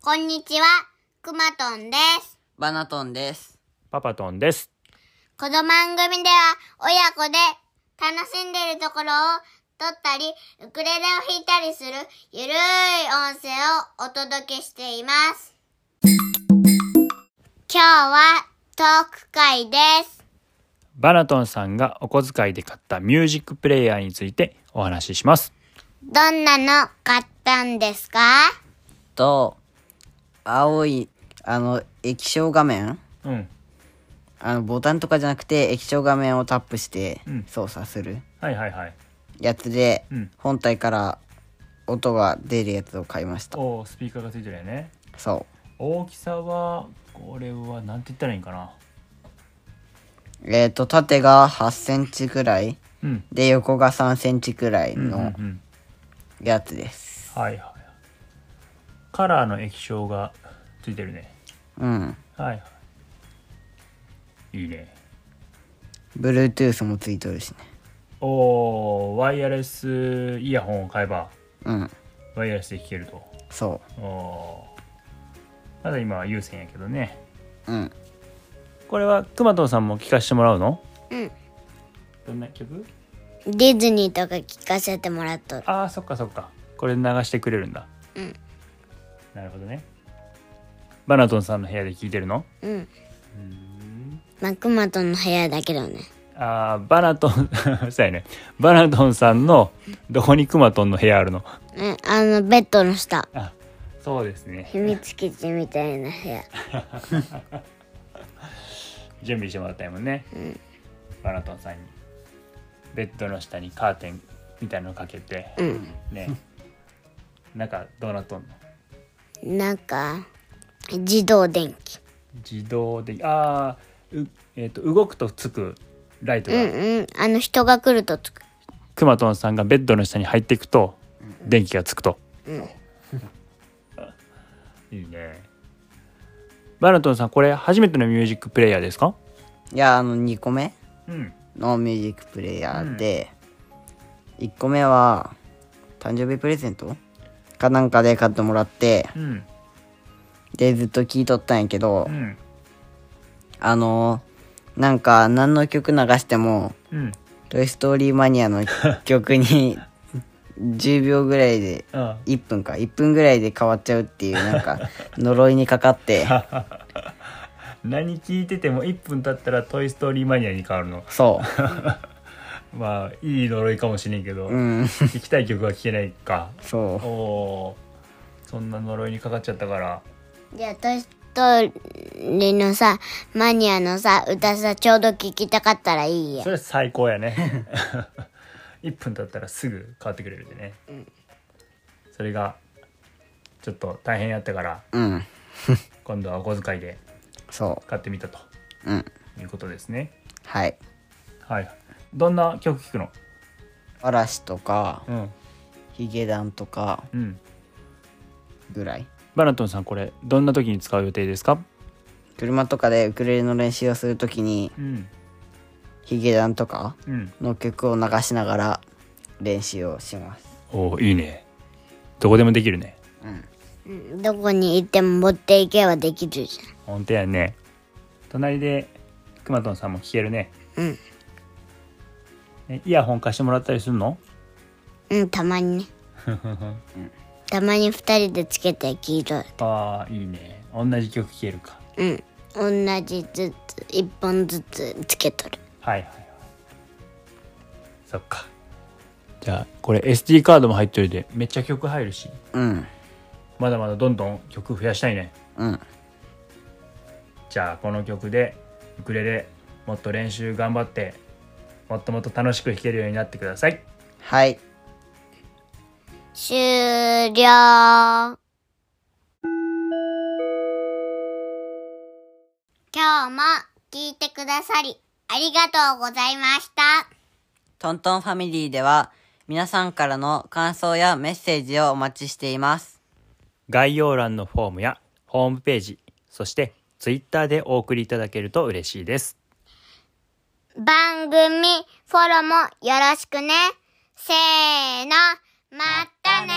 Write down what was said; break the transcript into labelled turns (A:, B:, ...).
A: こんにちは、くまとんです。
B: バナトンです。
C: パパトンです。
A: この番組では親子で楽しんでいるところを撮ったり、ウクレレを弾いたりするゆるい音声をお届けしています。今日はトーク会です。
C: バナトンさんがお小遣いで買ったミュージックプレイヤーについてお話しします。
A: どんなの買ったんですか
B: と、青い、あの、液晶画面
C: うん。
B: あの、ボタンとかじゃなくて、液晶画面をタップして
C: うん
B: 操作する
C: はいはいはい。
B: やつで、
C: うん
B: 本体から音が出るやつを買いました。
C: おースピーカーがついてるよね。
B: そ
C: 大きさは、これはなんて言ったらいいんかな。
B: う。えっ、と、縦が8センチくらい
C: うん。
B: で、横が3センチくらい
C: うん、うん
B: の
C: うん。
B: やつです。
C: はいはい。カラーの液晶がついてるね。
B: うん。
C: はいはい。いいね。
B: Bluetooth もついとるしね。
C: おーワイヤレスイヤホンを買えば、
B: うん。
C: ワイヤレスで聴けると。
B: そ
C: おーまだ今は有線やけどね。
B: う。うん。
C: これはくまとんさんも聞かせてもらうの
A: うん
C: どんな曲
A: ディズニーとか聞かせてもらっとる。
C: ああそっかそっかこれ流してくれるんだ
A: うん
C: なるほどねバナトンさんの部屋で聞いてるの
A: うん。マクマトの部屋だけどね。
C: ああバナトン そうやねバナトンさんのどこにくまとんの部屋あるの
A: うん、あの、ベッドの下。
C: あそうですね
A: 秘密基地みたいな部屋。
C: 準備してもらったんやもんね、
A: ん
C: バナトンさんにベッドの下にカーテンみたいなのかけて
A: うん。
C: ね中どうなっとんの
A: なんか、自動電気。
C: 自動でああうえっ、と動くとつくライト
A: うん
C: が、
A: うん。あの、人が来るとつく。
C: くまとんさんがベッドの下に入っていくと電気がつくと、いいねバナトンさんこれ初めてのミュージックプレイヤーですか
B: いや、あの、2個目
C: うん
B: のミュージックプレイヤーで、1個目は誕生日プレゼントかなんかで買ってもらって
C: うん
B: でずっと聴いとったんやけど、
C: うん
B: あのなんか何の曲流しても
C: うん
B: 「トイ・ストーリー・マニア」の曲に10秒ぐらいで
C: あ
B: 1分か1分ぐらいで変わっちゃうっていうなん か呪いにかかって
C: 何聞いてても1分経ったら「トイ・ストーリー・マニア」に変わるの
B: そ
C: まあいい呪いかもしれんけど、
B: ううん
C: 聞きたい曲は聞けないか
B: そ
C: おおーそんな呪いにかかっちゃったから
A: じゃあ、トイストーリーのさ、マニアのさ、歌さ、ちょうど聞きたかったらいいや
C: そ。れ最高やね 1分経ったらすぐ変わってくれるんでね、それがちょっと大変やったから
B: ううん
C: 今度はお小遣いで
B: そ
C: 買ってみたと
B: ううん
C: いうことですね
B: はい
C: はいどんな曲聴くの
B: 嵐とか
C: うん
B: ヒゲダンとか
C: うん
B: ぐらい
C: バナトンさんこれどんな時に使う予定ですか
B: 車とかでウクレレの練習をするときに
C: うん
B: ヒゲダンとか
C: うん
B: の曲を流しながら練習をします
C: おおいいねどこでもできるね
B: うん
A: うんどこに行っても持っていけばできるじ
C: 本当やね隣でくまとんさんも聴けるね
A: ゃん。うん。
C: ねイヤホン貸してもらったりするの
A: うん、たまにね。たまに二人でつけて聞いとる。
C: あーいいね同じ曲聴けるか
A: うん。同じずつ、一本ずつつけとる。
C: はいはいはいそっかじゃあこれ SD カードも入ってるでめっちゃ曲入るし
B: うん
C: まだまだどんどん曲増やしたいね
B: うん
C: じゃあこの曲でウクレレもっと練習頑張ってもっともっと楽しく弾けるようになってください
B: はい
A: 終了。今日も聞いてくださりありがとうございました。
B: トントンファミリーでは皆さんからの感想やメッセージをお待ちしています
C: 概要欄のフォームやホームページそして Twitter でお送りいただけると嬉しいです
A: 番組フォローもよろしくね。せーの、またね。